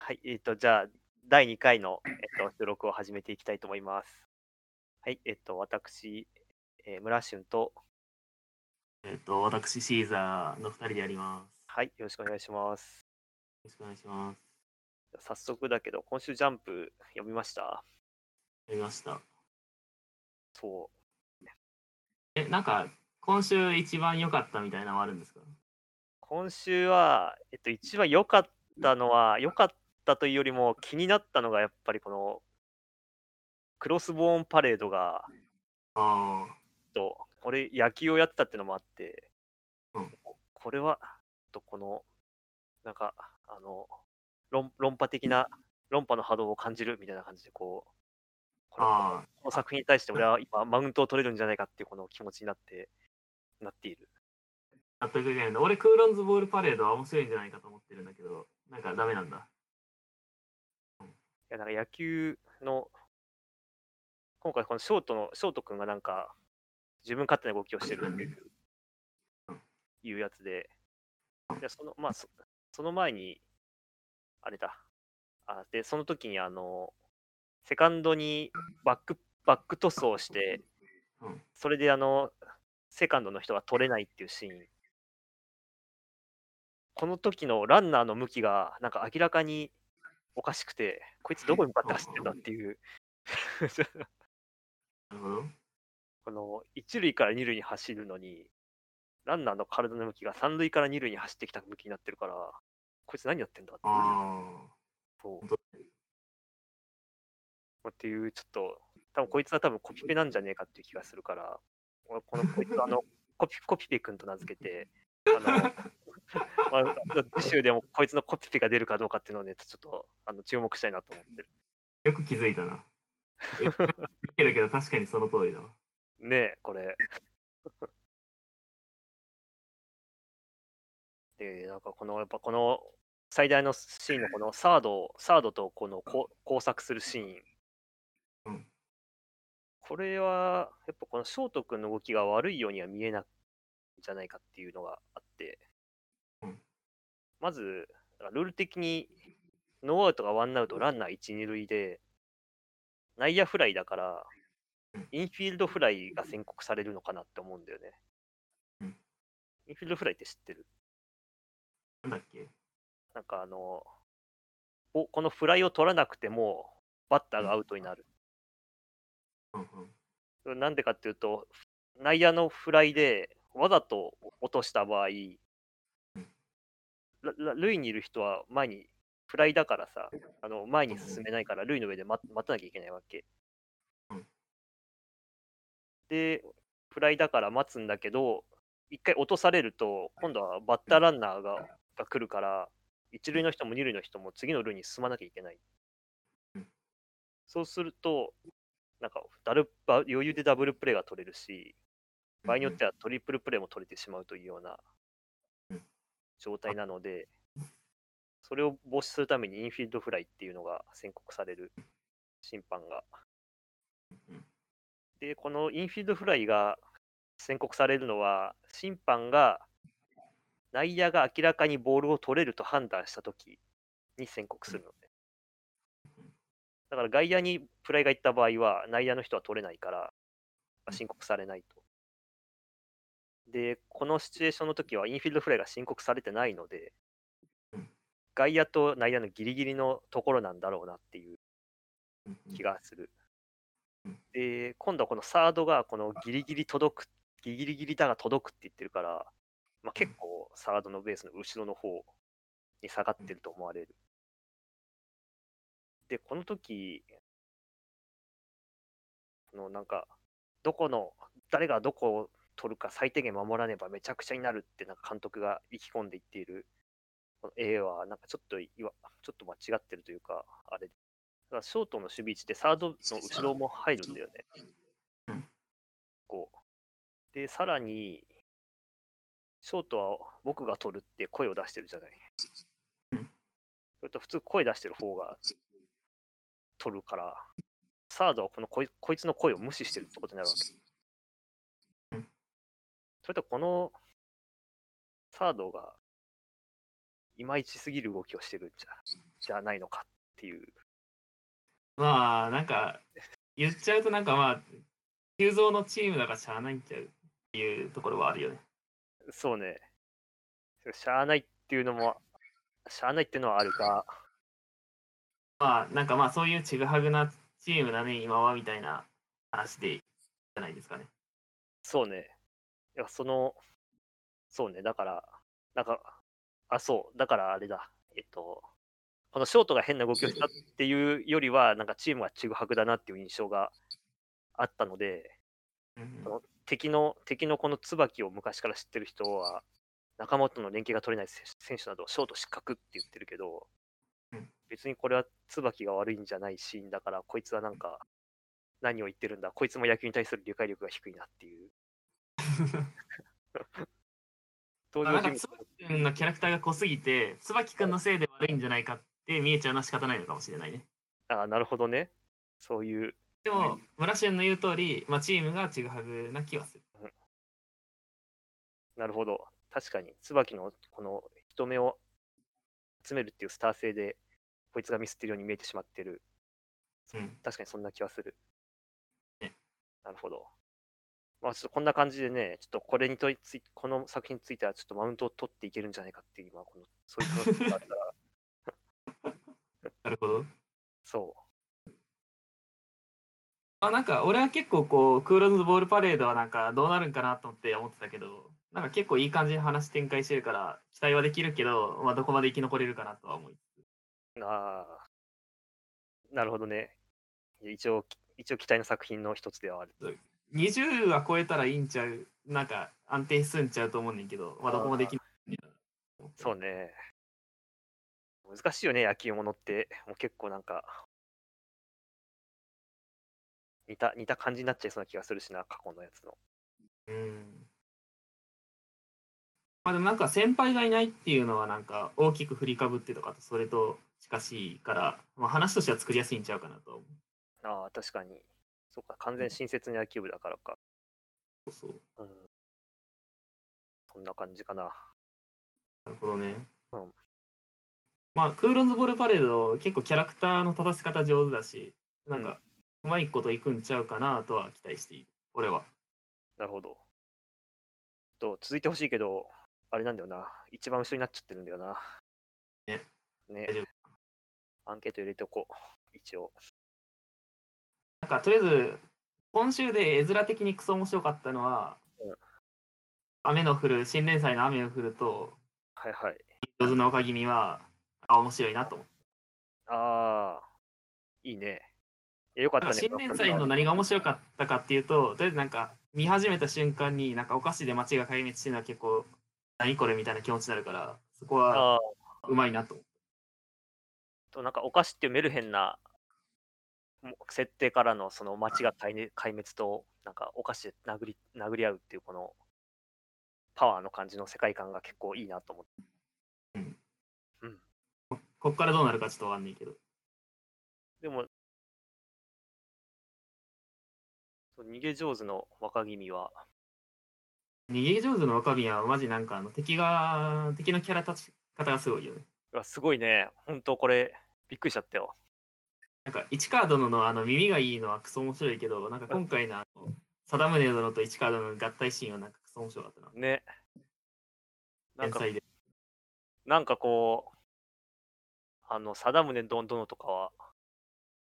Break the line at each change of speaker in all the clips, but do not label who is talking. はい、えっ、と、じゃあ、第2回の、えっと収録を始めていきたいと思います。はい、えっ、と、私、えー、村俊と。
えっ、と、私、シーザーの2人でやります。
はい、よろしくお願いします。
よろしくお願いします。
早速だけど、今週ジャンプ読みました
読みました。。
そう
え、なんか、今週一番良かったみたいなのはあるんですか
今週は、えっと、一番良かったのは、良かったというよりも気になったのが、やっぱりこの、クロスボーンパレードが、
あ
と俺、野球をやってたってのもあって、
うん、
これは、とこの、なんか、あの、論論破的な論破の波動を感じるみたいな感じでこうこの作品に対して俺は今マウントを取れるんじゃないかっていうこの気持ちになってなっている。
全くないんだ俺クーロンズボールパレードは面白いんじゃないかと思ってるんだけどなんかダメなんだ。
うん、いやなんか野球の今回このショートのショート君がなんか自分勝手な動きをしてるっていうやつで、でそのまあそその前にあれだ。あで、その時にあの、セカンドにバック、バックトスをして、
うん、
それであの、セカンドの人が取れないっていうシーン。この時のランナーの向きが、なんか明らかにおかしくて、こいつどこに向かって走ってたっていう。 この、一塁から二塁に走るのに、ランナーの体の向きが三塁から二塁に走ってきた向きになってるから、こいつ何やってんだってそう。っていう、ちょっと、多分こいつは多分コピペなんじゃねえかっていう気がするから、俺このこいつあのコピ、コピペ君と名付けて、あの、まあ、次週でもこいつのコピペが出るかどうかっていうのをね、ちょっとあの注目したいなと思ってる。
よく気づいたな。見てるけど確かにその通りだわ。
ねえ、これ。 で、なんかこの、やっぱこの最大のシーンのこのサード、サードとこの交錯するシーン。
うん、
これは、やっぱこのショート君の動きが悪いようには見えないんじゃないかっていうのがあって、
うん、
まず、ルール的にノーアウトがワンアウト、ランナー1、2塁で、内野フライだから、インフィールドフライが宣告されるのかなって思うんだよね。
うん、
インフィールドフライって知ってる
なんだっけ
なんかあの、おこのフライを取らなくても、バッターがアウトになる。、
うん
なんでかっていうと、内野のフライでわざと落とした場合、塁にいる人は前に、フライだからさ、あの前に進めないから、塁の上で待待たなきゃいけないわけ。
うん、
で、フライだから待つんだけど、一回落とされると、今度はバッターランナーがが来るから、一塁の人も二塁の人も次の塁に進まなきゃいけない。
うん、
そうすると、なんかダル余裕でダブルプレーが取れるし、場合によってはトリプルプレーも取れてしまうというような状態なので、それを防止するためにインフィールドフライっていうのが宣告される、審判が。で、このインフィールドフライが宣告されるのは、審判が内野が明らかにボールを取れると判断したときに宣告するので。だから外野にプライが行った場合は、内野の人は取れないから、申告されないと。で、このシチュエーションの時は、インフィールドフライが申告されてないので、外野と内野のギリギリのところなんだろうなっていう気がする。で、今度はこのサードが、このギリギリ届く、ギリギリだが届くって言ってるから、まあ、結構サードのベースの後ろの方に下がってると思われる。で、この時、のなんか、どこの、誰がどこを取るか最低限守らねばめちゃくちゃになるってなんか監督が意気込んでいっているこの A は、なんかちょっといわ、ちょっと間違ってるというか、あれ。だからショートの守備位置でサードの後ろも入るんだよね。こう。で、さらに、ショートは僕が取るって声を出してるじゃない。それと普通声出してる方が取るから、サードはこのこいこいつの声を無視してるってことになるわけ。それとこのサードがいまいちすぎる動きをしてるんじゃ。じゃないのかっていう。
まあ、なんか、言っちゃうと、なんかまあ、急増のチームだからしゃあないんちゃうっていうところはあるよね。
そうね。しゃあないっていうのも、しゃあないっていうのはあるか。
まあ、なんかまあ、そういうちぐはぐなチームだね、今はみたいな話でいいんじゃないですかね。
そうね。いや、その、そうね。だから、なんか、あ、そう。だからあれだ。えっと、このショートが変な動きをしたっていうよりは、なんかチームがちぐはぐだなっていう印象があったので、
うん
その敵の、敵のこの椿を昔から知ってる人は、仲間との連携が取れない選選手など、ショート失格って言ってるけど
うん、
別にこれは椿が悪いんじゃないシーンだから、こいつはなんか、何を言ってるんだ、こいつも野球に対する理解力が低いなっていう。登
まあ
場
なん
人
か
物
椿君のキャラクターが濃すぎて、椿君のせいで悪いんじゃないかって見えちゃうのは仕方ないのかもしれないね。
ああ、なるほどね。そういう、
でも、村ンの言う通り、まあ、チームがちぐはぐな気はする。
なるほど。確かに、椿のこの人目を集めるっていうスター性で、こいつがミスってるように見えてしまってる。
うん
確かにそんな気はする。
ね
なるほど。まあ、ちょっとこんな感じでね、ちょっとこれにといついこの作品については、ちょっとマウントを取っていけるんじゃないかっていう、今、この、そういう楽しみがあったら、
なるほど。
そ
まあ、なんか、俺は結構こう、クールズボールパレードはなんか、どうなるんかなと思って思ってたけど、なんか結構いい感じに話展開してるから、期待はできるけど、まあ、どこまで生き残れるかなとは思い。
う。ああ、なるほどね。一応、一応期待の作品の一つではある。
20は超えたらいいんちゃう、なんか、安定すんちゃうと思うねんだけど、まあ、どこまで生き
そうね。難しいよね、野球ものって。もう結構なんか、似た、似た感じになっちゃいそうな気がするしな、過去のやつの。
うんまあでもなんか先輩がいないっていうのはなんか大きく振りかぶってとかとそれと近しいから、まあ、話としては作りやすいんちゃうかなと思う。
ああ、確かに。そうか、完全新設の野球部だからか。
そうそう
うん。そんな感じかな。
なるほどね。
うん
まあクーロンズボールパレード結構キャラクターの立たせ方上手だし、なんかうまいこといくんちゃうかなとは期待している。俺は。
なるほど。と、続いてほしいけど、あれなんだよな。一番後ろになっちゃってるんだよな。
ね。
ね
大丈夫。
アンケート入れておこう。一応。
なんかとりあえず今週で絵面的にクソ面白かったのは、
うん
雨の降る新連載の雨の降ると
はいはい。
上手なおかぎみは、あ、面白いなと思って。
ああ、いいね。いやよかっ
な
た
んか
ね。
新連載の何が面白かったかっていうと、とりあえずなんか、見始めた瞬間に、なんかお菓子で街が壊滅してるのは結構、何これみたいな気持ちになるから、そこ
あ
は
あ
うまいなと思
と、なんかお菓子っていうメルヘンなもう設定からのその街が壊滅壊滅と、なんかお菓子で殴り殴り合うっていうこのパワーの感じの世界観が結構いいなと思って。
う。こっからどうなるかちょっとわかんないけど。
でも、そう逃げ上手の若君は、
逃げ上手の若宮はマジなんかあの敵が、敵のキャラ立ち方がすごいよね。
うわすごいね。本当これ、びっくりしちゃったよ。
なんか市川殿のあの耳がいいのはクソ面白いけど、なんか今回のあの、貞宗殿と市川殿の合体シーンはなんかクソ面白かったな。
ね。なん
連
か
載で。
なんかこう、あの、貞宗どんどのとかは、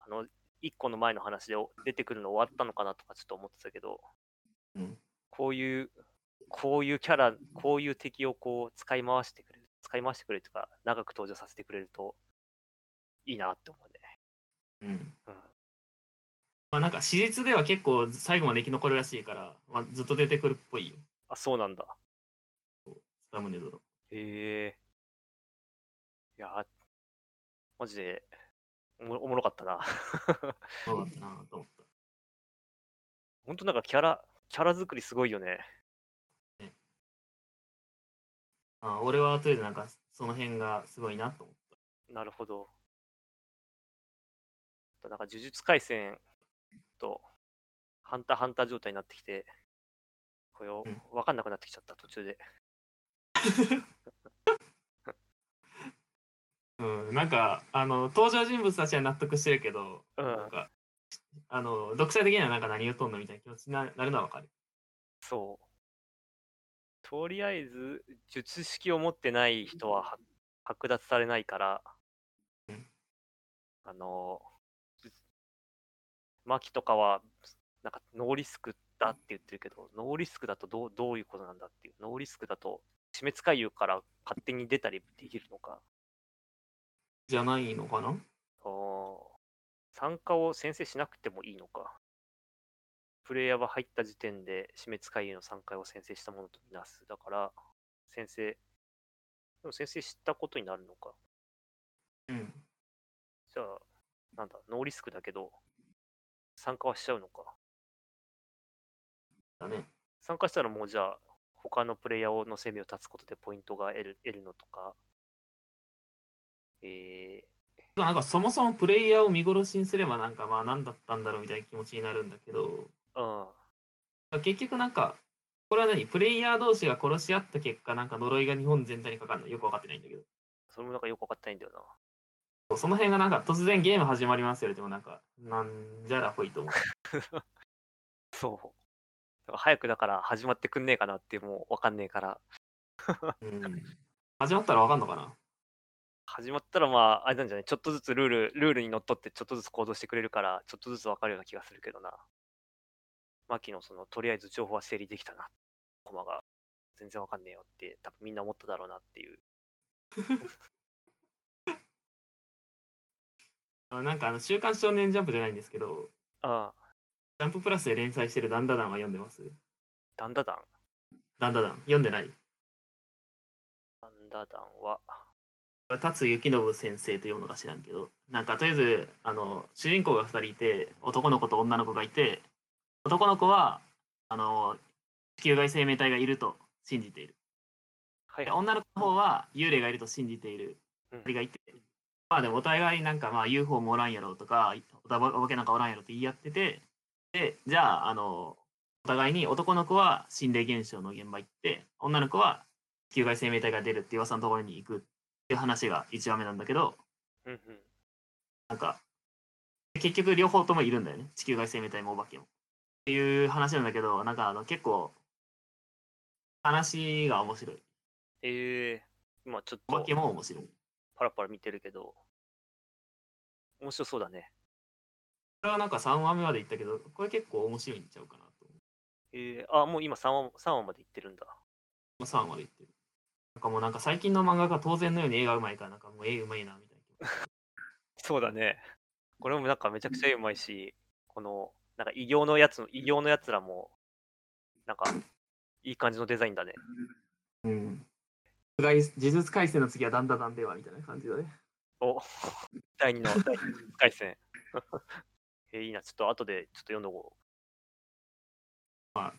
あの、一個の前の話でお出てくるの終わったのかなとかちょっと思ってたけど、
うん
こういう、こういうキャラ、こういう敵をこう使い回してくれる、使い回してくれるというか、長く登場させてくれると、いいなって思うね。う
うん。
ん、
まあなんか史実では結構最後まで生き残るらしいから、まあ、ずっと出てくるっぽいよ、
あ、そうなんだ。
スタムネドロ。
へえいや、マジで、おもおもろかったな。
そうだったなと思っ
ほんとなんかキャラ、キャラ作りすごいよね。
た。あ俺はとりあえずなんかその辺がすごいなと思っ
なるほど。あとなんか呪術廻戦とハンターハンター状態になってきて、これを
うん
分かんなくなってきちゃった途中で。
うん、なんかあの登場人物たちは納得してるけど、
うん
なんかあの独裁的にはなんか何言うとんのみたいな気持ちにななるのはわかる。
そう。とりあえず、術式を持ってない人はは剥奪されないから
うん、
あの、術マキとかは、なんかノーリスクだって言ってるけど、ノーリスクだとどうどういうことなんだっていう、ノーリスクだと、死滅回遊から勝手に出たりできるのか、
じゃないのかな
あー参加を宣誓しなくてもいいのか。プレイヤーは入った時点で死滅回遊の参加を宣誓したものとみなす。だから、宣誓。でも宣誓したことになるのか。
うん。
じゃあ、なんだ、ノーリスクだけど、参加はしちゃうのか。
だね。
参加したらもうじゃあ、他のプレイヤーの生命を断つことでポイントが得る得るのとか。え
なんかそもそもプレイヤーを見殺しにすればなんかまあ何だったんだろうみたいな気持ちになるんだけど、
ー、うん。
結局なんか、これは何プレイヤー同士が殺し合った結果、なんか呪いが日本全体にかかるのよくわかってないんだけど。
それもなんかよくわかってないんだよな。
そうその辺がなんか突然ゲーム始まりますよりもなんか、なんじゃらほいと思う。
そう。だから早くだから始まってくんねえかなってもうわかんねえから。
うん、始まったらわかんのかな
始まったらまあ、あれなんじゃないちょっとずつルール、ルールにのっとってちょっとずつ行動してくれるから、ちょっとずつわかるような気がするけどな。マキのその、とりあえず情報は整理できたな。コマが全然わかんねえよって、多分みんな思っただろうなっていう。
あなんかあの、週刊少年ジャンプじゃないんですけど、
ああ、
ジャンププラスで連載してるダンダダンは読んでます。
ダンダダン。
ダンダダン、読んでない。
ダンダダンは、
達幸信先生というのか知らんけどなんかとりあえずあの主人公が2人いて男の子と女の子がいて男の子はあの地球外生命体がいると信じている
はい
で
はい。
女の子の方は幽霊がいると信じている
うん
2人がいて、まあでもお互いなんかまあ UFO もおらんやろとかおたばお化けなんかおらんやろって言い合っててでじゃああのお互いに男の子は心霊現象の現場行って女の子は地球外生命体が出るって噂のところに行くっていう話が1話目なんだけど
うんうん。
なんか結局両方ともいるんだよね地球外生命体もお化けも。っていう話なんだけどなんかあの結構話が面白い
ええ今ちょっ
お化
と
けも面白い。
パラパラ見てるけど、面白そうだね。
これはなんか3話目まで行ったけど、これ結構面白いんちゃうかなと
ええあ、もう今3話、3話までいってるんだ。
思う。3話まで行ってる。なんかもうなんか最近の漫画が当然のように絵がうまいから、なんかもう絵うまいなみたいな。
そうだね。これもなんかめちゃくちゃうまいし、この、なんか異形のやつの、異形のやつらも、なんか、いい感じのデザインだね。
うん。呪術改正の次はだんだんだんではみたいな感じだね。
お第2の第2回戦。 えーいいな、ちょっと後でちょっと読んどこ
ま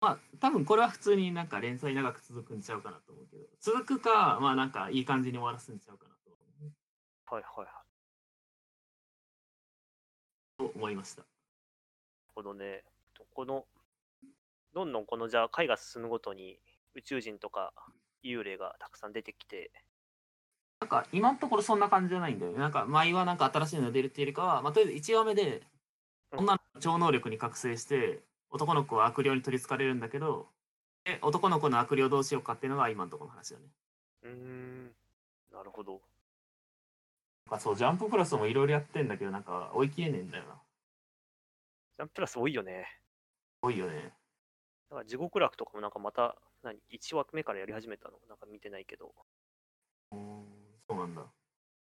あ多分これは普通になんか連載長く続くんちゃうかなと思うけど、続くか、まあなんかいい感じに終わらすんちゃうかな
う。はいはいはい。なる
と思いました。
ほどね。この、どんどんこの、じゃあ、回が進むごとに、宇宙人とか幽霊がたくさん出てきて、
なんか今のところそんな感じじゃないんだよね。なんか前はなんか新しいの出るっていうよりかは、まあ、とりあえず1話目で
うん
女の子の超能力に覚醒して男の子は悪霊に取りつかれるんだけどで男の子の悪霊どうしようかっていうのが今のところの話だね。
うーん、なるほど。
なんかそうジャンププラスもいろいろやってんだけどなんか追い切れねえんだよな。
ジャンプラス多いよね。
多いよね。
だから地獄楽とかもなんかまた、何、1話目からやり始めたのなんか見てないけど、
うーんそうなんだ。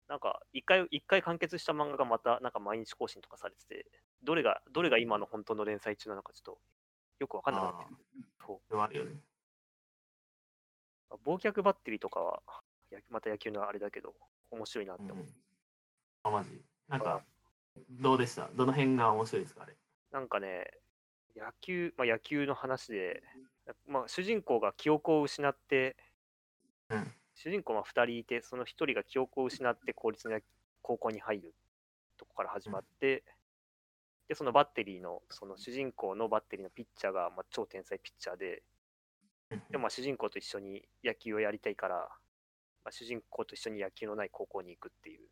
なんか一回、一回完結した漫画がまた、なんか毎日更新とかされてて、どれが、どれが今の本当の連載中なのかちょっと、よくわかんなくなってる。そ
でもあるよね。
う。忘却バッテリーとかは、やまた野球のあれだけど、面白いなっ
う
て思う。
ん、あマジ。なんかどうでしたどの辺が面白いですかあれ。
なんかね、野球、まあ野球の話で、まあ主人公が記憶を失って、
うん
主人公は2人いて、その1人が記憶を失って公立の野高校に入るとこから始まって、で、そのバッテリーの、その主人公のバッテリーのピッチャーが、まあ、超天才ピッチャーで、
うん
でもまあ主人公と一緒に野球をやりたいから、まあ、主人公と一緒に野球のない高校に行くっていう。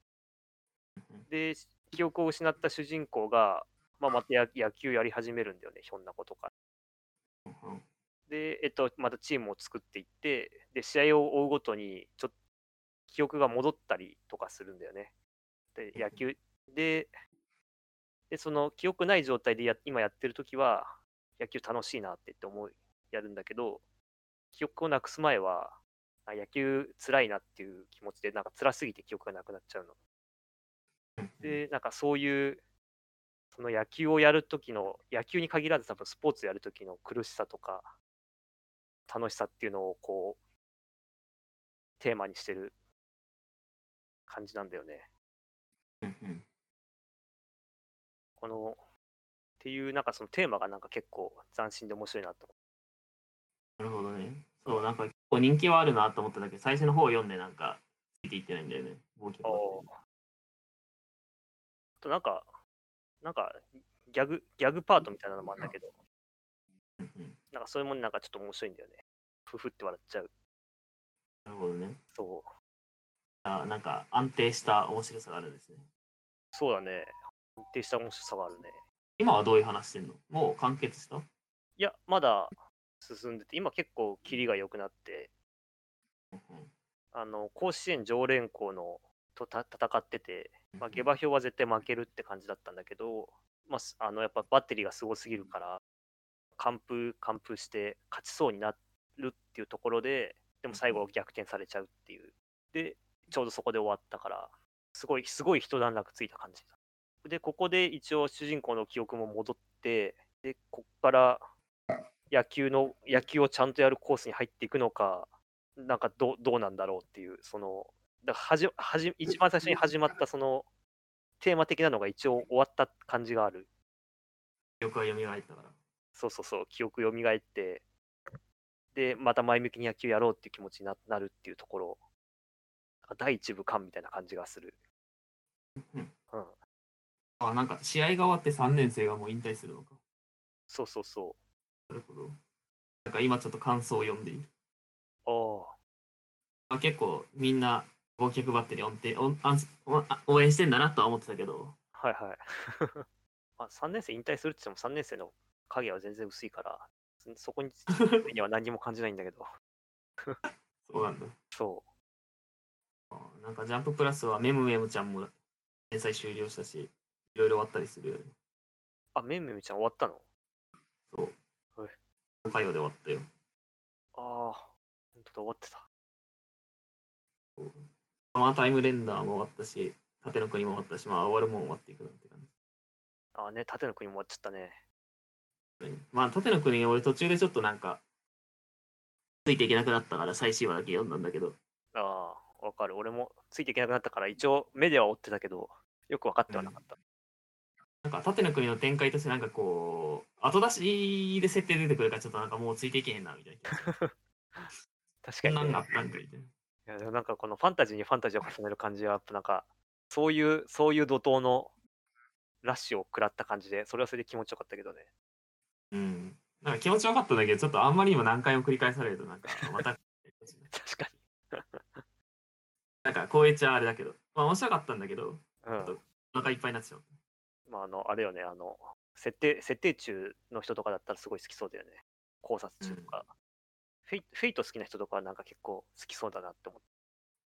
で、記憶を失った主人公が、まあ、またや野球やり始めるんだよね、ひょんなことから。
うん
で、えっと、またチームを作っていって、で、試合を追うごとに、ちょっと記憶が戻ったりとかするんだよね。で、野球、で、でその記憶ない状態でや今やってるときは、野球楽しいなってって思い、やるんだけど、記憶をなくす前は、あ野球辛いなっていう気持ちで、なんか辛すぎて記憶がなくなっちゃうの。で、なんかそういう、その野球をやるときの、野球に限らず多分スポーツやるときの苦しさとか、楽しさっていうのをこう、テーマにしてる感じなんだよね。
うんうん
この、っていうなんかそのテーマがなんか結構斬新で面白いなと。
なるほどね。そう、なんか結構人気はあるなと思ったんだけど、最初の方を読んでなんか、ついていってないんだよね。冒険
おーあとなんか、なんかギャグ、ギャグパートみたいなのもあるんだけど、
うんうん
なんかそういうもんなんかちょっと面白いんだよね。ふふって笑っちゃう。
なるほどね。
そう。
あなんか安定した面白さがあるんですね。
そうだね。安定した面白さがあるね。
今はどういう話してんのもう完結した
いや、まだ進んでて、今結構キリが良くなって、あの、甲子園常連校のとた戦ってて、まあ、下馬評は絶対負けるって感じだったんだけど、まあす、あのやっぱバッテリーがすごすぎるから、完封、完封して勝ちそうになるっていうところで、でも最後逆転されちゃうっていう。で、ちょうどそこで終わったから、すごい、すごい一段落ついた感じだ。で、ここで一応主人公の記憶も戻って、で、こっから野球の、野球をちゃんとやるコースに入っていくのか、なんかどうどうなんだろうっていう、その、だからはじはじ一番最初に始まったそのテーマ的なのが一応終わった感じがある。
記憶が蘇ったから。
そうそうそう、記憶蘇って、で、また前向きに野球やろうっていう気持ちにななるっていうところ、第一部感みたいな感じがする。
うん
うん、
あ、なんか試合が終わって3年生がもう引退するのか。
そうそうそ
なるほど。なんか今ちょっと感想を読んでいる。
う。あ
まあ、結構みんな、忘却バッテリー音程音安おあ応援してんだなとは思ってたけど、
あ、はいはい。 まあ、3年生引退するって言っても3年生の影は全然薄いから、そそこについては何も感じないんだけど、
そうなんだ。
そ
あなんかジャンププラスはメムメムちゃんも連載終了したし、いろいろ終わったりするよね。
う。あ、めんめみちゃん終わったの
会話で終わったよ。
ああ、本当だ、終わってた。
まあタイムレンダーも終わったし、縦の国も終わったし、まあ終わるもん終わっていくなんて感
ああね、縦の国も終わっちゃったね。
じ。まあ縦の国俺途中でちょっとなんか、ついていけなくなったから最終話だけ読んだんだけど、
ああ、わかる。俺もついていけなくなったから、一応目では追ってたけど、よく分かってはなかった。
なんか縦の国の展開としてなんかこう、後出しで設定出てくるからちょっとなんかもうついていけへんなみたいな。
確
こ
か
ん
に、
なん
ね
があったんかみたいな。
いや。でもなんかこのファンタジーにファンタジーを重ねる感じは、やっぱなんか、そういう、そういう怒涛のラッシュを食らった感じで、それはそれで気持ちよかったけどね。
うん。なんか気持ちよかったんだけど、ちょっとあんまりにも何回も繰り返されるとなんか、また、
確か
なんかこう言っちゃあれだけど、まあ面白かったんだけど、
に。うん。
お腹いっぱいになっちゃう。
まあ、あの、あれよね、あの、設定、設定中の人とかだったらすごい好きそうだよね。考察中とか。フェイフェイト好きな人とかはなんか結構好きそうだなって思って。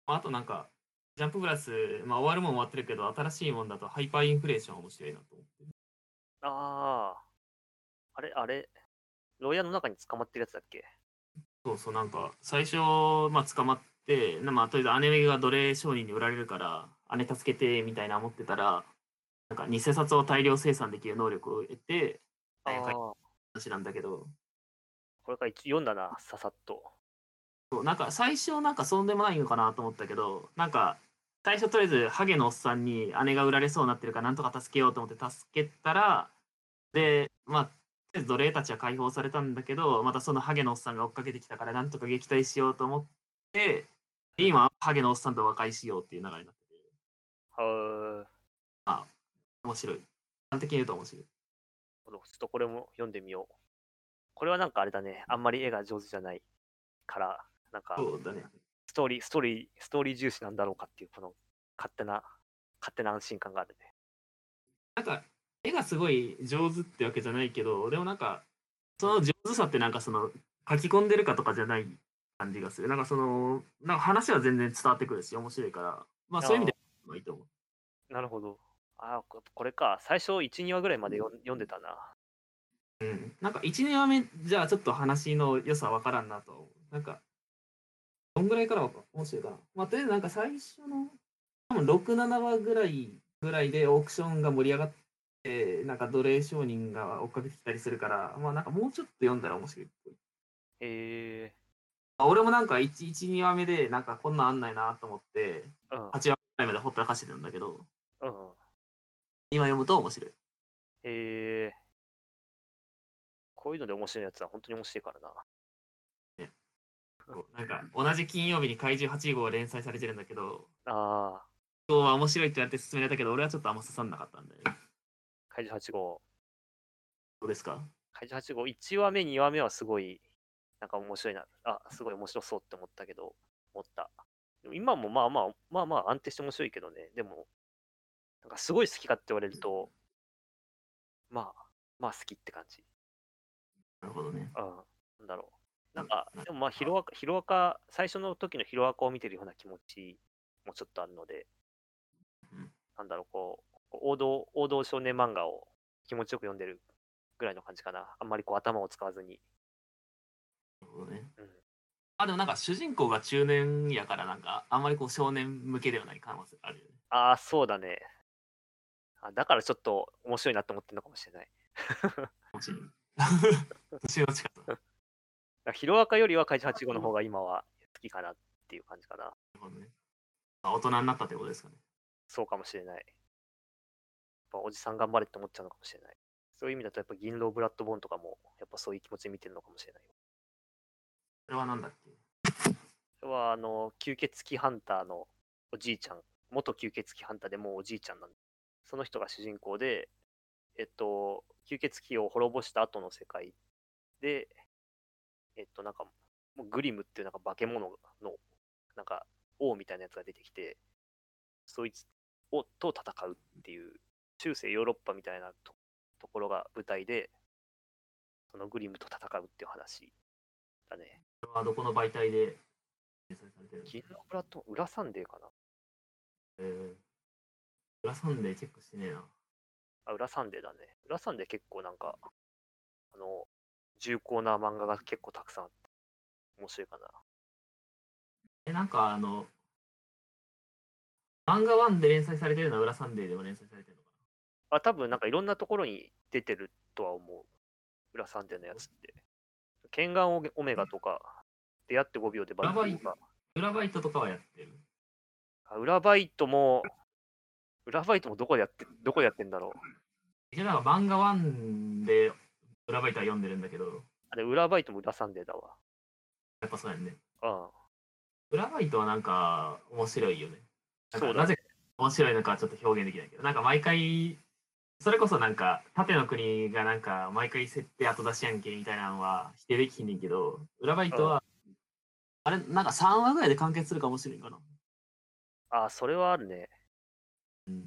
まあ、あとなんか、ジャンププラス、まあ、終わるもん終わってるけど、新しいもんだとハイパーインフレーション面白いなと思って。
ああ。あれ、あれ、牢屋の中に捕まってるやつだっけ
そうそう、なんか、最初、まあ、捕まって、なまあ、とりあえず姉が奴隷商人に売られるから、姉助けて、みたいな思ってたら、なんか、偽札を大量生産できる能力を得て、
あ
早く
ー
話なんだけど、
これから一読んだな、ささっと。
そうなんか、最初、なんか、そんでもないのかなと思ったけど、なんか、最初とりあえず、ハゲのおっさんに姉が売られそうになってるから、なんとか助けようと思って助けたら、で、まあ、とりあえず奴隷たちは解放されたんだけど、またそのハゲのおっさんが追っかけてきたから、なんとか撃退しようと思って、で今、ハゲのおっさんと和解しようっていう流れになってて、
は
面白い。端的に言うと面白
ち
い。
ょっとこれも読んでみよう。これはなんかあれだね、あんまり絵が上手じゃないから、なんか
そうだね。
ストーリー、ストーリー、ストーリー重視なんだろうかっていう、この勝手な、勝手な安心感があるね。
なんか絵がすごい上手ってわけじゃないけどでもなんかその上手さってなんかその書き込んでるかとかじゃない感じがするなんかそのなんか話は全然伝わってくるし面白いからまあそういう意味ではいいと思う
なるほど。ああ、ここれか。最初1、2話ぐらいまで読ん読んでたな。
うんなんか12話目じゃあちょっと話の良さわからんなと思うなんかどんぐらいからわか面白いかなまあとりあえずなんか最初の多分67話ぐらいぐらいでオークションが盛り上がってなんか奴隷商人が追っかけてきたりするからまあなんかもうちょっと読んだら面白い
え
あ俺もなんか12話目でなんかこんなんあんないなと思って
えうん。
8話ぐらいまでほったらかしてたんだけど
うんうん。
今読むと面白い
ええこういうので面白いやつは本当に面白いからな。
こうなんか同じ金曜日に怪獣8号が連載されてるんだけど
ああ、
今日は面白いって言われて勧められたけど俺はちょっとあんま刺さんなかったんだよね
怪獣8号。
どうですか
怪獣8号、1話目、2話目はすごい、なんか面白いな。あ、すごい面白そうって思ったけど、思った。でも今もまあまあ、まあまあ安定して面白いけどね。でも、なんかすごい好きかって言われると、まあ、まあ好きって感じ。
なるほどね
うん。なんだろう。なんか、でもまあ、ヒロアカ、ヒロアカ、最初の時のヒロアカを見てるような気持ちもちょっとあるので
うん、
なんだろう、こう、こう王道、王道少年漫画を気持ちよく読んでるぐらいの感じかな。あんまりこう頭を使わずに。
なるほどね
うん
あでもなんか主人公が中年やからなんかあんまりこう少年向けではない可能性あるよね
ああ、そうだね。あだからちょっと面白いなと思ってるのかもしれない。
もちろ ん年の近さ
だ
なる
からヒロアカよりは怪獣8号の方が今は好きかなっていう感じかな。
ほどねまあ大人になったってことですかね
そうかもしれない。やっぱおじさん頑張れって思っちゃうのかもしれない。そういう意味だと、やっぱ銀狼ブラッドボーンとかも、やっぱそういう気持ちで見てるのかもしれないよ。
それはなんだっけ
それは、あの、吸血鬼ハンターのおじいちゃん、元吸血鬼ハンターでもうおじいちゃんなんで、その人が主人公で、えっと、吸血鬼を滅ぼした後の世界で、えっと、なんか、もうグリムっていうなんか化け物の、なんか、王みたいなやつが出てきて、そいつをと戦うっていう、中世ヨーロッパみたいなとところが舞台で、そのグリムと戦うっていう話だね。
それはどこの媒体で掲載されてるの
銀のブラッド、裏サンデーかな
えー、裏サンデーチェックしてねえな
あ、裏サンデーだね。裏サンデー結構なんか、あの、重厚な漫画が結構たくさんあって、面白いかな。
えなんかあの漫画ワンで連載されてるのは裏サンデーでも連載されてるのか
あ、多分なんかいろんなところに出てるとは思う。裏サンデーのやつって。剣眼オメガとか、出会って5秒でバイトとか、
な裏バイトとかはやってる
あ裏バイトも、裏バイトもどこでやって、どこでやってんだろう。
じゃなんか漫画ワンで裏バイトは読んでるんだけど
あれ、裏バイトも裏サンデーだわ。
やっぱそうやんね
うん。
裏バイトはなんか面白いよね。なんか
そうだね
なぜ面白いのかはちょっと表現できないけど、なんか毎回、それこそなんか、縦の国がなんか、毎回設定後出しやんけみたいなのは否定できひんねんけど、裏バイトは、あれ、なんか3話ぐらいで完結するかもしれんかな。
あ、それはあるね。
うん。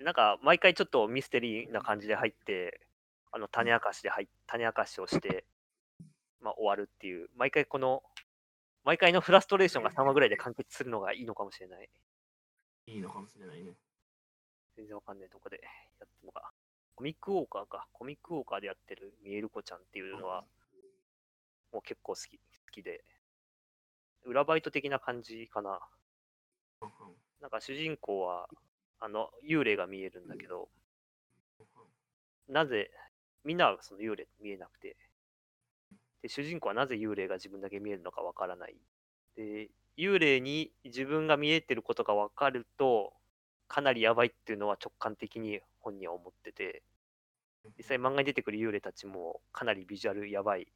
なんか毎回ちょっとミステリーな感じで入って、あの種明かしで入っ種明かしをして、まあ、終わるっていう、毎回この、毎回のフラストレーションが3話ぐらいで完結するのがいいのかもしれない。
いいのかもしれないね。
全然わかんないとこでやってるのが。コミックウォーカーか。コミックウォーカーでやってるミエルコちゃんっていうのは、もう結構好き、好きで。裏バイト的な感じかな。
うんうん
なんか主人公は、あの、幽霊が見えるんだけど、なぜ、みんなはその幽霊見えなくて、で、主人公はなぜ幽霊が自分だけ見えるのかわからない。で、幽霊に自分が見えてることがわかると、かなりやばいっていうのは直感的に本人は思ってて、実際漫画に出てくる幽霊たちもかなりビジュアルやばい。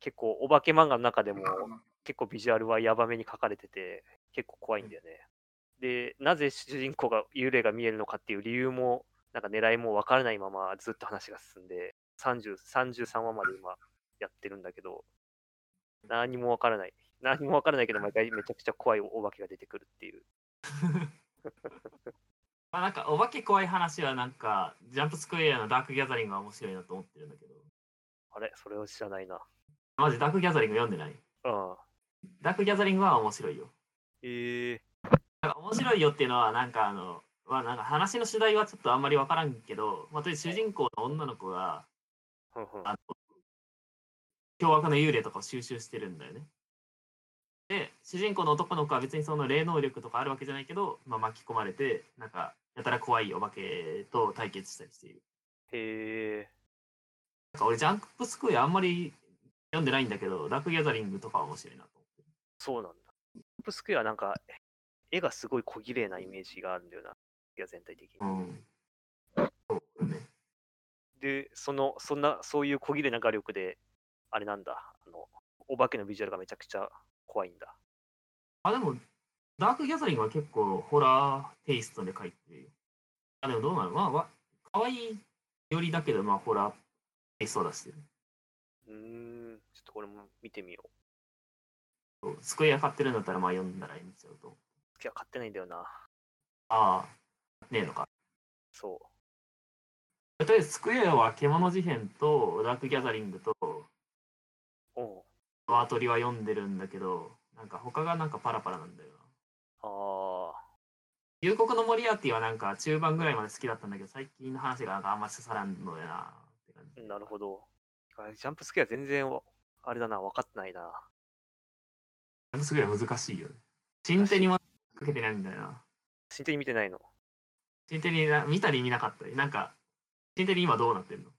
結構お化け漫画の中でも結構ビジュアルはやばめに描かれてて、結構怖いんだよね。で、なぜ主人公が幽霊が見えるのかっていう理由も、なんか狙いもわからないままずっと話が進んで、30 33話まで今やってるんだけど、何もわからない。何もわからないけど、毎回めちゃくちゃ怖いお化けが出てくるっていう。
まあなんかお化け怖い話はなんかジャンプスクエアのダークギャザリングは面白いなと思ってるんだけど
あれそれを知らないな。
マジダークギャザリング読んでない
うん。
ダークギャザリングは面白いよ
ええ
なんか面白いよっていうのはなんかあの、まあ、なんか話の主題はちょっとあんまり分からんけど、まあ、とりあえず主人公の女の子が
ふんふん。
あの凶悪な幽霊とかを収集してるんだよねで主人公の男の子は別にその霊能力とかあるわけじゃないけど、まあ、巻き込まれてなんかやたら怖いお化けと対決したりしている
へえ。
なんか俺ジャンプスクエアあんまり読んでないんだけどダークギャザリングとかは面白いなと思って
そうなんだ。ジャンプスクエアなんか、絵がすごい小綺麗なイメージがあるんだよな。いや、全体的に。
うんそうだね
で、その、そんな、そういう小綺麗な画力で、あれなんだ、あの、お化けのビジュアルがめちゃくちゃ怖いんだ。
あ、でも、ダークギャザリングは結構ホラーテイストで書いてるよ。あ、でもどうなのまあ、わ可愛いよりだけど、まあ、ホラーテイストだし、
うーん、ちょっとこれも見てみよう。
そうスクエア買ってるんだったら、まあ、読んだらいいんちゃうと。
いや、買ってないんだよな。
ああ、ねえのか。
そ
とりあえず、スクエアは獣事変と、ダークギャザリングと、
う。うん。
ワートリは読んでるんだけど、なんか他がなんかパラパラなんだよな。
ああ、
幽国のモリアーティはなんか中盤ぐらいまで好きだったんだけど、最近の話がなんかあんま刺さらんのよなって感じ。
なるほど。あジャンプスクエア全然わ、あれだな、分かってないな。
すごい難しいよね。新手にもかけてないんだよな。
真剣に見てないの。
新手にな見たり見なかったり、なんか、新手に今どうなってんの
い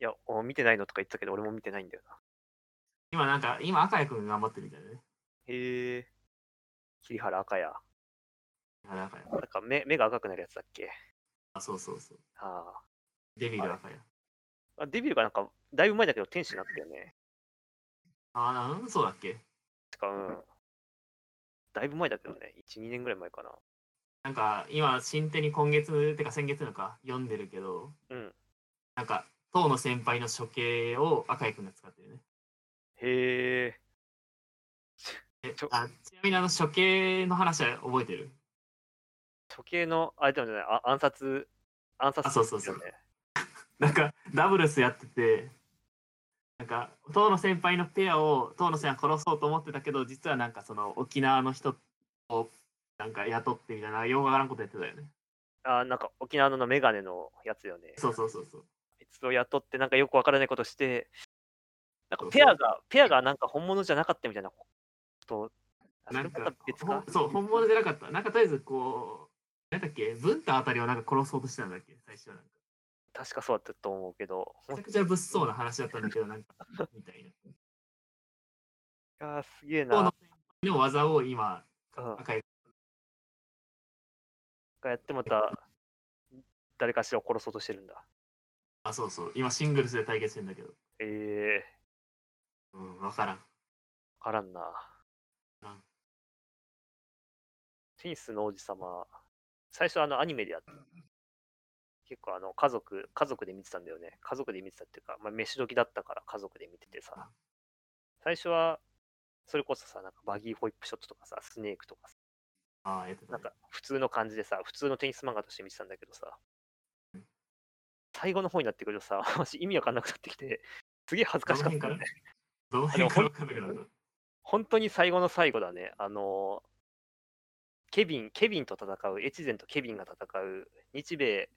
や、お見てないのとか言ってたけど、俺も見てないんだよな。
今なんか、今赤谷くんが頑張ってるみたいだね。
へえ。桐原赤や。
あれ赤谷。
なんか目目が赤くなるやつだっけ
あ、そうそうそう。
あ
デビル赤谷。
ーあ。デビューがなんか、だいぶ前だけど天使になったよね。
あ、うん、そうだっけ
てか、うん。だいぶ前だけどね。1、2年ぐらい前かな。
なんか、今、新手に今月、てか先月のか、読んでるけど、
うん。
なんか、当の先輩の処刑を赤谷くんが使ってるね。
へえ。
え
ちょ
あちなみにあの処刑の話は覚えてる
時計の、あれでもじゃない、あ暗殺、暗殺
あそうそう
ですよね
なんかダブルスやっててなんか遠野先輩のペアを遠野先輩殺そうと思ってたけど実はなんかその沖縄の人をなんか雇ってみたいなようわからんことやってたよね
あなんか沖縄のメガネのやつよね。
そうそうそうそう
あいつを雇って、なんかよくわからないことして、なん
そう
か
そ
ペ
う
アが、ペアがなんか本物じゃなかったみたいなこと。あそ
な
れ
ん
また
か
別
ほ
か
ん。そう本物じゃなかったなんかとりあえずこうなんだっけ文太あたりをなんか殺そうとしてたんだっけ最初はなんか
確かそうだったと思うけど。
めちゃくちゃ物騒な話だったんだけどなんかみたいない
やーすげえ
遠野
な。
先輩の技を今
うん
赤い
がやってまた誰かしらを殺そうとしてるんだ。
あそうそう今シングルスで対決してんだけど
ええ
うんわからん
わからんな
うん。
テニスの王子様、最初あのアニメでやって、結構あの家族、家族で見てたんだよね。家族で見てたっていうか、まあ、飯時だったから家族で見ててさ。最初は、それこそさ、なんかバギーホイップショットとかさ、スネークとかさ、
ああやってた
なんか普通の感じでさ、普通のテニス漫画として見てたんだけどさ
うん、
最後の方になってくるとさ、 私意味わかんなくなってきて、すげえ恥ずかしかったんだよね。
どの辺から分かんなくなった
本当に最後の最後だね。あのケビン、ケビンと戦う、越前とケビンが戦う、日米、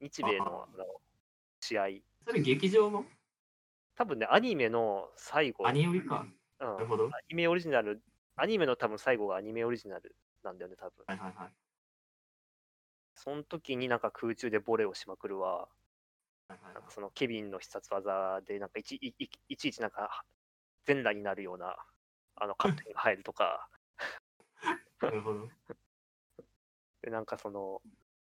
日米の
あ
あの試合。
それ劇場の
多分ね、アニメの最後、
アニオリか。
うん
なるほど。は
アニメオリジナル、アニメの多分最後がアニメオリジナルなんだよね、多分。
いはいはい。
その時になんか空中でボレーをしまくるわ、
はいはい
な
は
ん
い
かそのケビンの必殺技で、なんかいちいいいちいちなんか全裸になるような、あの、カットが入るとか。
なるほど。
で、なんかその、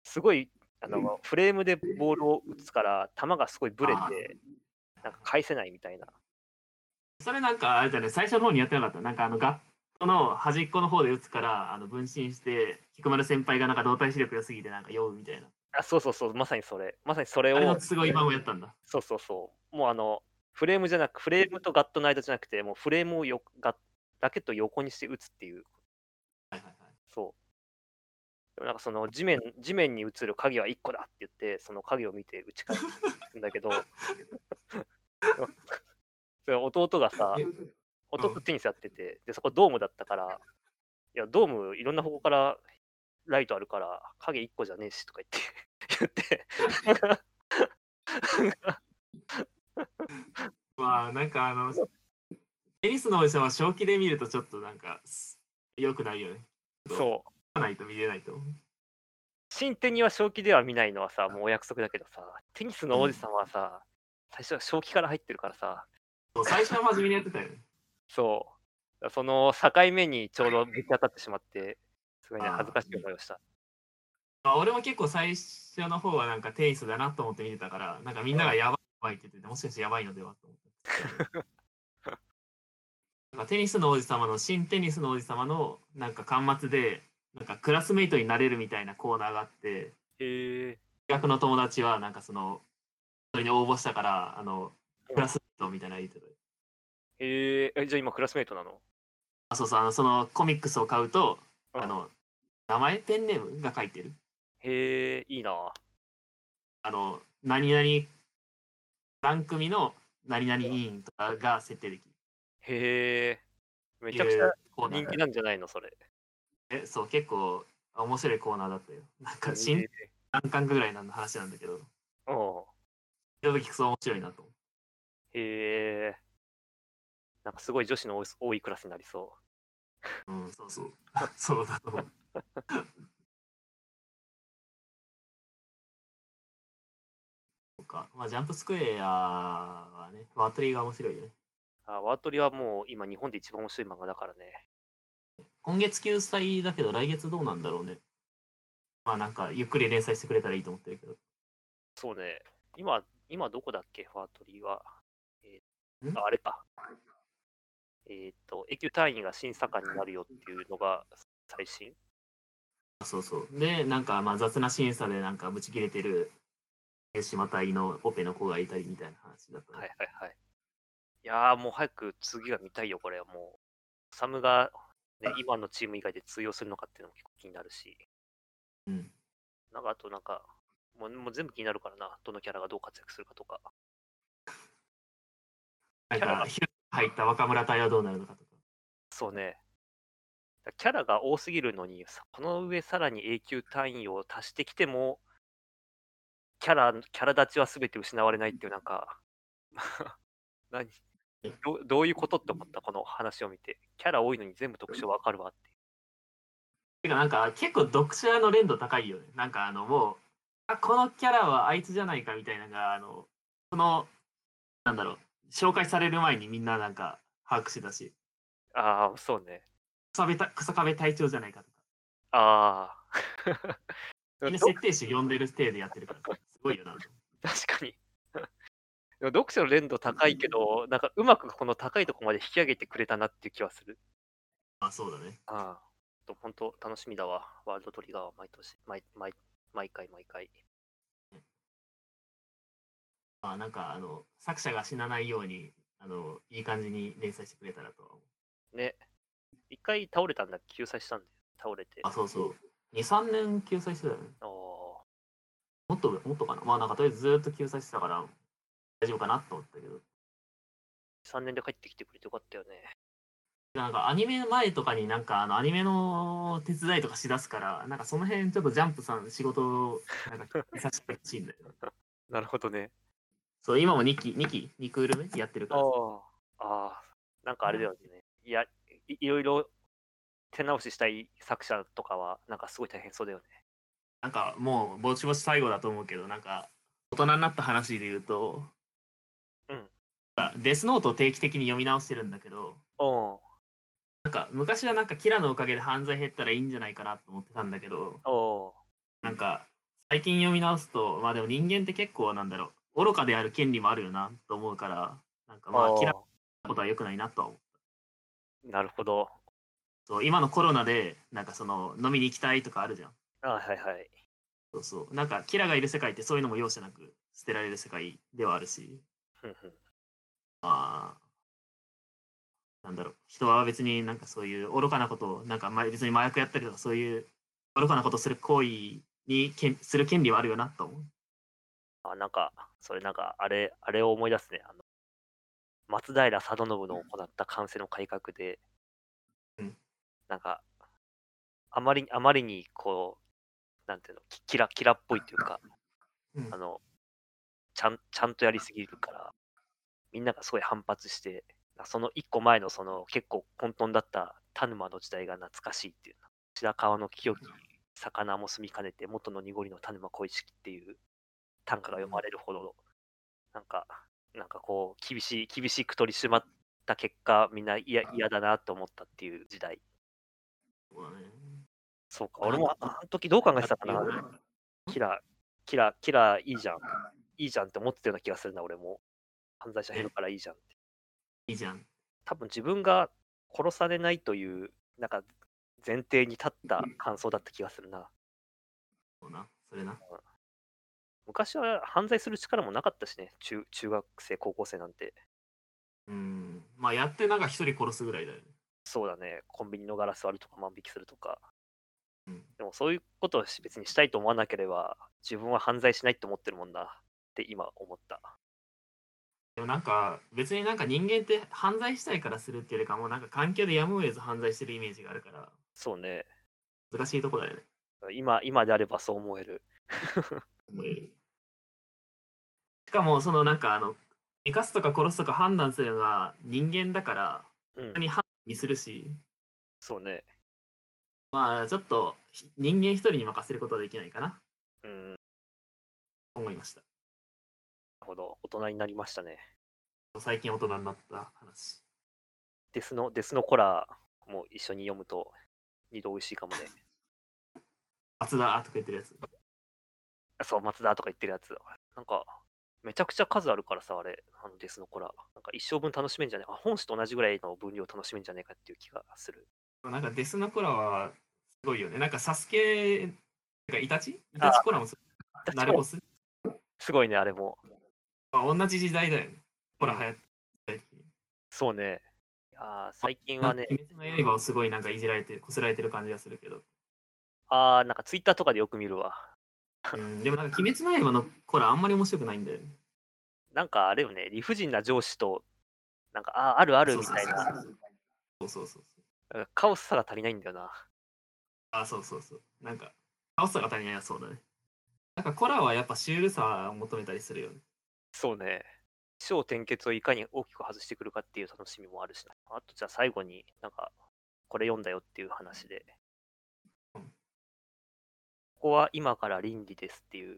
すごい、あの、フレームでボールを打つから、球がすごいブレ
あ
て、なんか返せないみたいな。
それなんかあれだね、最初の方にやってなかった。なんかあのガットの端っこの方で打つから、あの分身して、菊丸先輩がなんか動体視力が過ぎてなんか酔うみたいな。
あ、そうそうそう、まさにそれ。まさにそれ
あれ
を
の、すごい版をやったんだ。
そうそうそう。もうあの、フレームじゃなく、フレームとガットの間じゃなくて、もうフレームをよガッラケットを横にして打つっていう、
はいはいはい。
そう。でもなんかその地面地面に映る影は1個だって言って、その影を見て打ち返すんだけ ど、それ弟がさ、弟テニスやってて、でそこドームだったから、いや、ドームいろんな方向からライトあるから、影1個じゃねえしとか言って、 言って、
まあなんかあのテニスのおじさんは正気で見るとちょっとなんか良くないよね。う。
そう。
ないと見れないと思う。
新手には正気では見ないのはさ、もうお約束だけどさ、テニスの王子さんはさ、最初は正気から入ってるからさ、
そう最初は真面目にやってたよね。
そう、その境目にちょうどぶち当たってしまって、すごいね、
あー
恥ずかしい思いをした。
まあ、俺も結構最初の方はなんかテニスだなと思って見てたから、なんかみんながやばいやばいって言ってて、もしかしてやばいのではと思って。なんかテニスの王子様の新テニスの王子様のなんか巻末でなんかクラスメイトになれるみたいなコーナーがあって
へえ。
大学の友達はなんかそのそれに応募したからあのクラスメイトみたいなの言ってた
へえ、じゃあ今クラスメイトなの
あそうそうあのそのコミックスを買うと
うん
あの名前ペンネームが書いてる
へえ、いいな。
あの何々何組の何々委員とかが設定できる
へえ、めちゃく
い
ち
う
ゃ
コーナー
人
が
気なんじゃないの、それ。
えそう結構面白いコーナーだったよなんか
へ
新
え
何巻ぐらいの話なんだけど
うん。
ちょっと聞くと面白いなと思う
へえ。なんかすごい女子の多い多いクラスになりそう。
うんそう そうそうだと思うそうかまあジャンプスクエアはねワトリーが面白いよね
あワートリはもう今日本で一番面白い漫画だからね。
今月救済だけど来月どうなんだろうねまあなんかゆっくり連載してくれたらいいと思ってるけど
そうね。今、今どこだっけワートリは。えー
ん
ああれか。えーっ、と、永久単位が審査官になるよっていうのが最新
そうそう。で、なんかまあ雑な審査でなんかブチ切れてる島隊のオペの子がいたりみたいな話だったね、
はいはいはい。いやーもう早く次が見たいよ、これはもう。サムが、ね、今のチーム以外で通用するのかっていうのも結構気になるし。
うん。
なんかあとなんか、もうもう全部気になるからな。どのキャラがどう活躍するかとか。
なんかヒュッ入った若村隊はどうなるのかとか。
そうね。だキャラが多すぎるのに、さこの上さらに永久単位を足してきても、キャラ、キャラ立ちは全て失われないっていう、なんか、 何どどういうことって思った、この話を見て。キャラ多いのに全部特徴わかるわって。
てかなんか結構読者の連度高いよね。なんかあのもう、あ、このキャラはあいつじゃないかみたいなのが、あの、その、なんだろう、紹介される前にみんななんか把握してたし、
ああ、そうね。
草壁た草壁隊長じゃないかとか。
ああ。
みんな
ど
設定集読んでる体でやってるから、すごいよな。
確かに。でも読者の連度高いけど、なんかうまくこの高いとこまで引き上げてくれたなっていう気はする。
まあそうだね。
ああ、と本当楽しみだわ。ワールドトリガーは毎年、毎毎毎回毎回。
まあなんかあの作者が死なないようにあのいい感じに連載してくれたらとは思う。
ね。一回倒れたんだ、救済したんだよ。倒れて。
あそうそう。2、3年救済してたよね。
あー
もっともっとかな。まあなんかとりあえずずーっと救済してたから大丈夫かなと思ったけど。
3年で帰ってきてくれてよかったよね。
なんかアニメ前とかになんかあのアニメの手伝いとかしだすから、なんかその辺ちょっとジャンプさん仕事をなんかさせてほしいんだよ。
なるほどね。そう
そう、今も2期、2期、2クール目やってるか
あ
ら。
あ。ああ。なんかあれだよね。いやい、いろいろ手直ししたい作者とかは、なんかすごい大変そうだよね。
なんかもうぼちぼち最後だと思うけどなんか大人になった話で言うと、
うん
あデスノートを定期的に読み直してるんだけど
お
なんか昔はなんかキラのおかげで犯罪減ったらいいんじゃないかなと思ってたんだけど
おお
なんか最近読み直すとまあでも人間って結構なんだろう愚かである権利もあるよなと思うからなんか
う
まあ
おう
キラのことは良くないなとは思う
なるほど。
そう今のコロナでなんかその飲みに行きたいとかあるじゃん
ああはいはい。
そうそうなんかキラがいる世界ってそういうのも容赦なく捨てられる世界ではあるし
ふんふん
まあ、なんだろう、人は別になんかそういう愚かなことを、なんかま別に麻薬やったりとか、そういう愚かなことをする行為にけんする権利はあるよなと思う。
あ、なんか、それなんか、あれ、あれを思い出すね。あの松平定信の行った関西の改革で、
うん
なんか、あまり、あまりに、こう、なんていうの、きキラ、キラっぽいっていうか、
うん
あの、ちゃん、ちゃんとやりすぎるから、みんながすごい反発して、その一個前のその結構混沌だった田沼の時代が懐かしいっていう、白川の清き魚も住みかねて元の濁りの田沼小一っていう短歌が読まれるほど、なんか、なんかこう、厳しい、厳しく取り締まった結果、みんな嫌嫌だなと思ったっていう時代。
そうだね
そうか、俺もああの時どう考えてたかな。キラ、キラ、キラいいじゃん。いいじゃんって思ってたような気がするな、俺も。犯罪者減るからいいじゃんって。
いいじゃん。
多分自分が殺されないという、なんか前提に立った感想だった気がするな。
そうな。それな。
昔は犯罪する力もなかったしね、中中学生、高校生なんて。
うん。まあやってなんか一人殺すぐらいだよね。
そうだね、コンビニのガラス割るとか万引きするとか。
うん
でもそういうことをし別にしたいと思わなければ、自分は犯罪しないって思ってるもんなって今思った。
でもなんか別になんか人間って犯罪したいからするっていうよりかもうなんか環境でやむを得ず犯罪してるイメージがあるから
そうね、
難しいとこだよね。
今今であればそう思える。
しかもそのなんかあの生かすとか殺すとか判断するのが人間だから
うん
本当、に判断にするし
そうね、
まあちょっとひ人間一人に任せることはできないかな
うん、なる
と思いました
ほど、大人になりましたね。
最近大人になった話
デスのデスのコラーも一緒に読むと、二度美味しいかもね。
松田とか言ってるやつ
そう、松田とか言ってるやつ。なんか、めちゃくちゃ数あるからさ、あれ、あのデスのコラー。なんか一生分楽しめんじゃねえあ、本誌と同じぐらいの分量楽しめんじゃねえかっていう気がする。
なんかデスのコラはすごいよねなんかサスケなんかイタチイタ
あ
チコラもそうナルコス
すごいね、あれも。
まあ同じ時代だよねコラ流行って
そうね。あー最近はね、
鬼滅の刃をすごいなんかいじられてこすられてる感じがするけど
あーなんかツイッターとかでよく見るわ。
うんでもなんか鬼滅の刃のコラあんまり面白くないんだよね。
なんかあれよね、理不尽な上司と、なんか、あーあるある
そう
み
そう
たいな、なん
そうそうそうそう。
かカオスさが足りないんだよな。
あ、そうそうそう。なんか、倒すが足りないはそうだね。なんかコラはやっぱシュールさを求めたりするよね。
そうね。起承転結をいかに大きく外してくるかっていう楽しみもあるしな。あとじゃあ最後になんか、これ読んだよっていう話で。
う
こ
ん
こは今から倫理ですっていう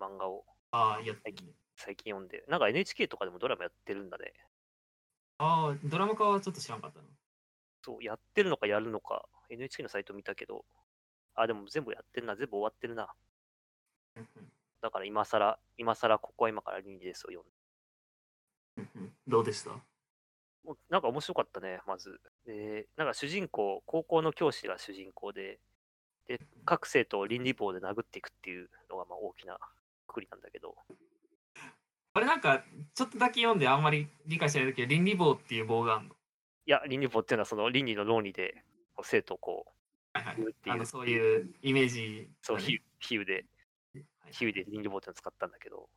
漫画を
ああ、やった
最近読んで、なんか NHK とかでもドラマやってるんだね。
ああ、ドラマ化はちょっと知らんかったな。
そう、やってるのかやるのか、NHK のサイト見たけど、あ、でも全部やってるな、全部終わってるな。
うん
だから今更、今更ここは今から倫理ですを読んで。
うんうんうんどうでした
もうなんか面白かったね、まず。で、なんか主人公、高校の教師が主人公で、で、各生徒を倫理棒で殴っていくっていうのがまあ大きなくくりなんだけど、
あれなんか、ちょっとだけ読んであんまり理解してないけど、倫理棒っていう棒があるの。
いや、倫理棒っていうのはその倫理の論理で、こう生徒をこ
はいは
う、
い。
言うって
あ
い
の、
う、
そういうイメージ
そう、
だね、
比喩比喩で、
はい
比喩で倫理棒っていうのを使ったんだけど、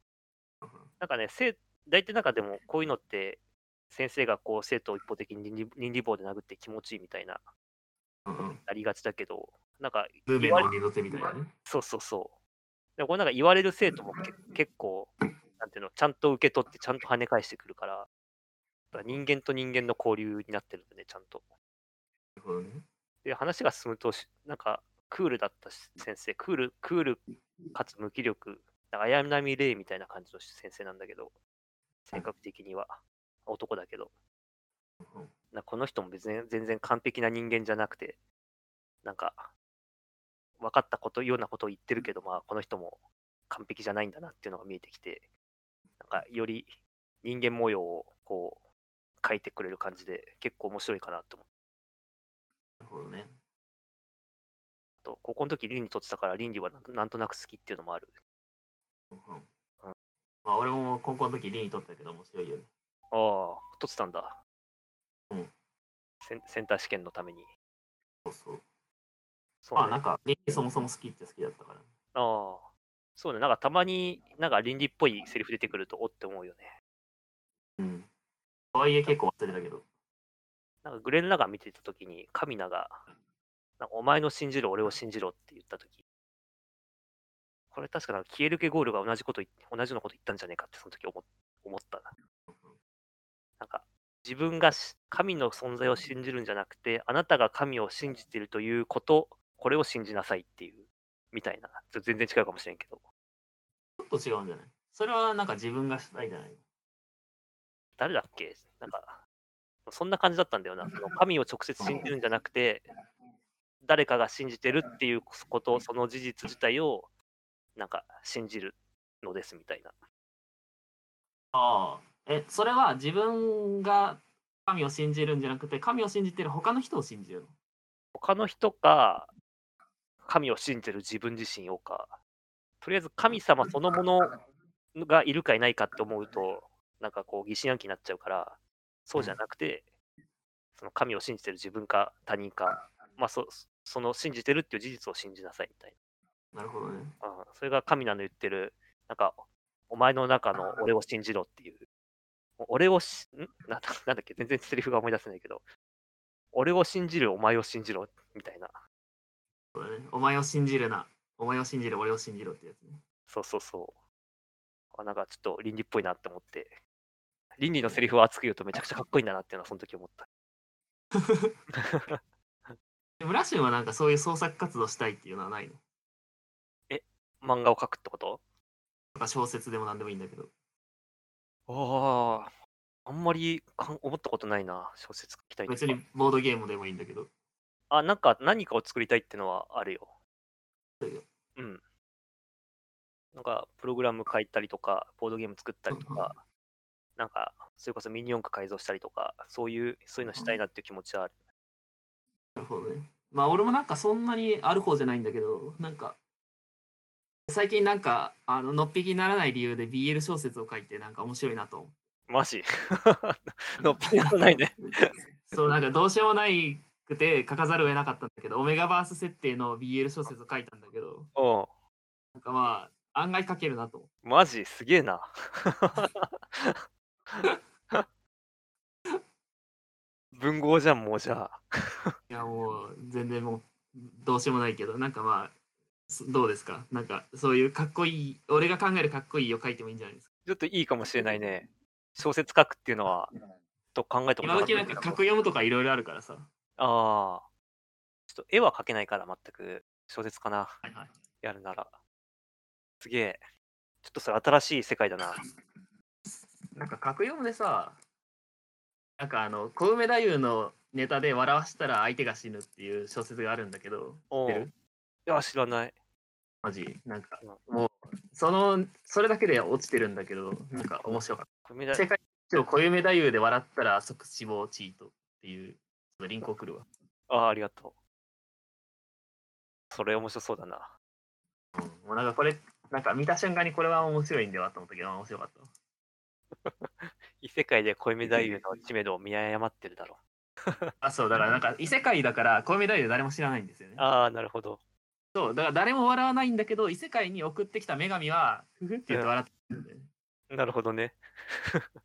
うん
なんかね、生大体なんかでもこういうのって、先生がこう生徒を一方的に倫理倫理棒で殴って気持ちいいみたいな、
うんうん。
なりがちだけど、なんか
ブーメランの二度手みたいなね。
そうそうそう。でもこれなんか言われる生徒もけ結構、なんていうの、ちゃんと受け取って、ちゃんと跳ね返してくるから、だから人間と人間の交流になってるんでね、ちゃんと。
なるほどね。
で、話が進むとし、なんか、クールだったし先生、クール、クールかつ無気力、なんか綾波レイみたいな感じの先生なんだけど、性格的には男だけど、
うんうん
なんかこの人も別に全然完璧な人間じゃなくて、なんか、分かったこと、ようなことを言ってるけど、まあ、この人も完璧じゃないんだなっていうのが見えてきて、なんか、より人間模様をこう、書いてくれる感じで、結構面白いかなと思って。
なるほどね。
あと高校の時倫理取ってたから、倫理はなんとなんとなく好きっていうのもある。
うんうんまあ、俺も高校の時、リンに取ったけど面白いよね。
ああ、取ってたんだ。
うん。
センセンター試験のために。
そうそう。
そう
まあ
ね
なんか、倫理そもそも好きって好きだったから。
ああ。そうね、なんかたまになんか倫理っぽいセリフ出てくるとおって思うよね。
うん。とはいえ結構忘れたけど。
なんかグレン・ラガン見てた時に、カミナが、なんかお前の信じろ、俺を信じろって言った時これ確かなんかキエルケ・ゴールが同じこと言っ、同じようなこと言ったんじゃねえかってその時思っ思ったな。なんか、自分がし神の存在を信じるんじゃなくて、あなたが神を信じてるということ、これを信じなさいっていう、みたいな。ちょっと全然違うかもしれんけど。
ちょっと違うんじゃないそれはなんか自分がしたいじゃない
誰だっけなんか、そんな感じだったんだよな。その神を直接信じるんじゃなくて、誰かが信じてるっていうこと、その事実自体を、なんか、信じるのですみたいな。
ああ。え、それは自分が神を信じるんじゃなくて、神を信じてる他の人を信じるの。
他の人か、神を信じてる自分自身をか、とりあえず神様そのものがいるかいないかって思うと、なんかこう疑心暗鬼になっちゃうから、そうじゃなくて、その神を信じてる自分か他人か、まあそその信じてるっていう事実を信じなさいみたい
なるほどね。
な。うん、それが神なの言ってる、なんか、お前の中の俺を信じろっていう。俺をし、んなんだなんだっけ、全然セリフが思い出せないけど、俺を信じる、お前を信じろみたいな。
そうだね。お前を信じるな。お前を信じる、俺を信じろってやつね。
そうそうそう。あなんかちょっと倫理っぽいなって思って。倫理のセリフを熱く言うとめちゃくちゃかっこいいんだなっていうのはその時思った。
で村新はなんかそういう創作活動したいっていうのはないの
漫画を描くってこと
とか小説でも何でもいいんだけど。
ああ、あんまりかん思ったことないな、小説書きたいとか
別にボードゲームでもいいんだけど。
あ、なんか何かを作りたいってのはあるよ。
そうよ
うん。なんかプログラム書いたりとか、ボードゲーム作ったりと
うんうん
か、なんかそれこそミニ四駆改造したりとか、そういう、そういうのしたいなっていう気持ちはある。
なるほどね。まあ俺もなんかそんなにある方じゃないんだけど、なんか最近なんかあののっぴきにならない理由で BL 小説を書いてなんか面白いなと思
マジ のっぴならないね。
う。そうなんかどうしようもないくて書かざるを得なかったんだけど、オメガバース設定の BL 小説を書いたんだけど、
うん。
なんかまあ案外書けるなと思
マジすげえな。文豪じゃん、もうじゃあ。
う。いやもう全然もうどうしようもないけど、なんかまあそどうですかなんかそういうかっこいい、俺が考えるかっこいいを書いてもいいんじゃないですか
ちょっといいかもしれないね。小説書くっていうのは、と考えたこと
今
なかっ
時
た
なんか格読むとかいろいろあるからさ。
ああ。ちょっと絵は描けないから、全く。小説かな。
はいはい。
やるなら。すげえ。ちょっとそれ新しい世界だな。
なんか格読むでさ、なんかあの小梅太夫のネタで笑わしたら相手が死ぬっていう小説があるんだけど、
おう
知ってる
いや、知らない。
マジなんかもうそのそれだけで落ちてるんだけど、なんか面白かっ
これ
た。
だ
世界一を小梅太夫で笑ったら即死亡チートっていうちょっとリンク送るわ。
ああ、ありがとう。それ面白そうだな。
もうなんかこれなんか見た瞬間にこれは面白いんだよと思ったけど面白かったわ。
異世界で小梅太夫の知名度を見誤ってるだろう。
あそうだからなんか異世界だから小梅太夫誰も知らないんですよね。
ああ、なるほど。
そうだから誰も笑わないんだけど異世界に送ってきた女神はふふって言って笑ってるんだよね
なるほどね。
っ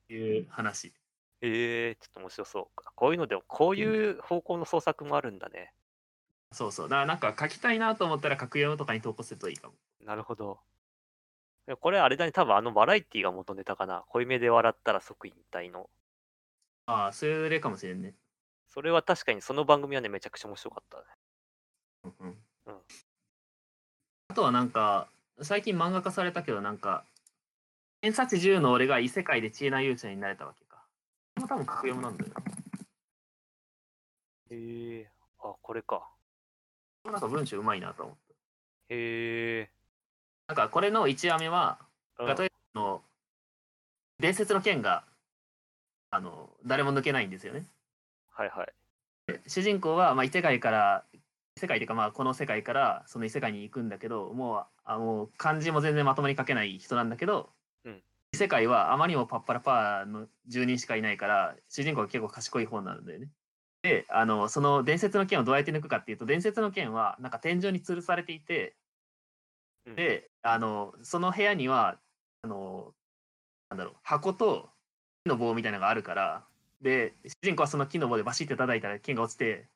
ていう話
ええちょっと面白そう。こういうのでも、こういう方向の創作もあるんだね。
そうそうだからなんか書きたいなと思ったら格読とかに投稿するといいかも
なるほど。でもこれあれだね、多分あのバラエティが元ネタかな。濃いめで笑ったら即引退の。
ああそれかもしれんね、
それは確かにその番組はね、めちゃくちゃ面白かったね。
うんうん
うん
あとはなんか最近漫画化されたけどなんか偏差値10の俺が異世界で知恵な勇者になれたわけかこれも多分格読なんだよ
へえあ、これか。
ななんか文章うまいなと思っ
へえ
たなんかこれの1話目は
うん
ガトエフの伝説の剣があの誰も抜けないんですよね。
はいはい。
主人公は、まあ、異世界から異世界というか、まあ、この世界からその異世界に行くんだけどもうあもう漢字も全然まともに書けない人なんだけど、
うん
異世界はあまりにもパッパラパーの住人しかいないから主人公は結構賢い方なんだよね。であのその伝説の剣をどうやって抜くかっていうと伝説の剣はなんか天井に吊るされていて
うん
であのその部屋にはあのなんだろう箱と木の棒みたいなのがあるからで主人公はその木の棒でバシッて叩いたら剣が落ちて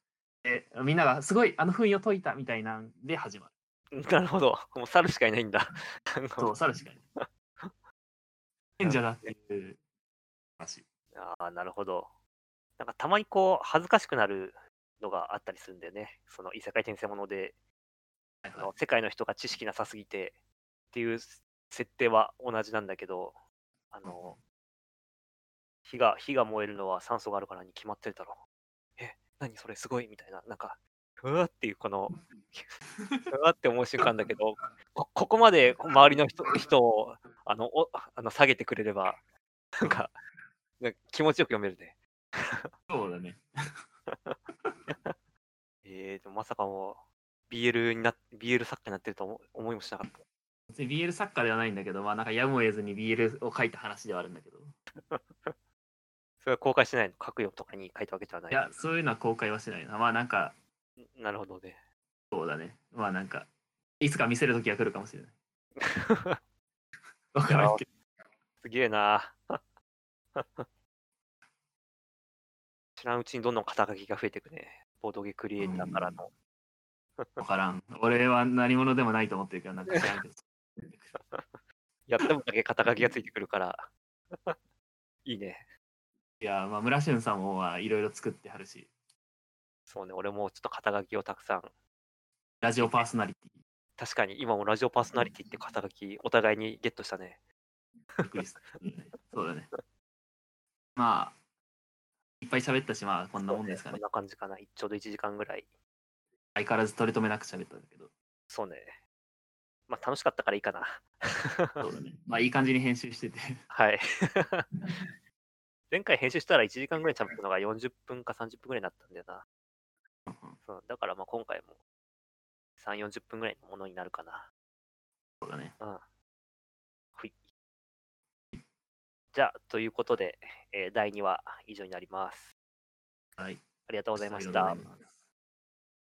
でみんなが「すごいあの封印を解いた」みたいなんで始まる
なるほど。もう猿しかいないんだ。
そう猿しかいない 賢者だっていう話
ああ、なるほど。なんかたまにこう、恥ずかしくなるのがあったりするんだよね。その異世界転生もので、
はい
あ
はい
の世界の人が知識なさすぎてっていう設定は同じなんだけど、あの、火が、火が燃えるのは酸素があるからに決まってるだろう。え、何それすごいみたいな、なんか、うわっていうこの、うわって思う瞬間だけ ど、こここまで周りの人人をあのおあの下げてくれれば、なんか、なんか気持ちよく読めるね。
そうだね
えー、でもまさかもう BL になっ BL 作家になってると思思いもしなかった。
別に BL 作家ではないんだけど、まあなんかやむを得ずに BL を書いた話ではあるんだけど、
それは公開してないの書くよとかに書いたわけではない。
いや、そういうのは公開はしないな。まあなんか、
なるほどね。
そうだね。まあなんか、いつか見せる時が来るかもしれない。 わからんけど。
すげえな。 知らんうちにどんどん肩書きが増えていくね。ボードゲクリエイターからの。
わからん。俺は何者でもないと思ってるから、なんか知らんけど。
やってもだけ肩書きがついてくるから。 いいね。
いや、まあ村俊さんもいろいろ作ってはるし、
そうね。俺もちょっと肩書きをたくさん。
ラジオパーソナリテ
確かに今もラジオパーソナリティって肩書きお互いにゲットしたね。
ィ、びっくりした。うんそうだね。 まあ、いっぱい喋ったし、まあこんなもんですか
こ
ね
ん。な感じかな。ちょうど1時間ぐらい。
相変わらず取り留めなく喋ったんだけど、
そうね。まあ楽しかったからいいかな。
そうだね。まあいい感じに編集してて。
はい。 前回編集したら1時間ぐらいちゃんとのが40分か30分ぐらいになったんだよな。そうだからまあ今回も3、40分ぐらいのものになるかな。
そうだね。
うん。ほい。じゃあ、ということで、えー第2話以上になります。
はい。
ありがとうございまし
あ
た
りがとうござい。ます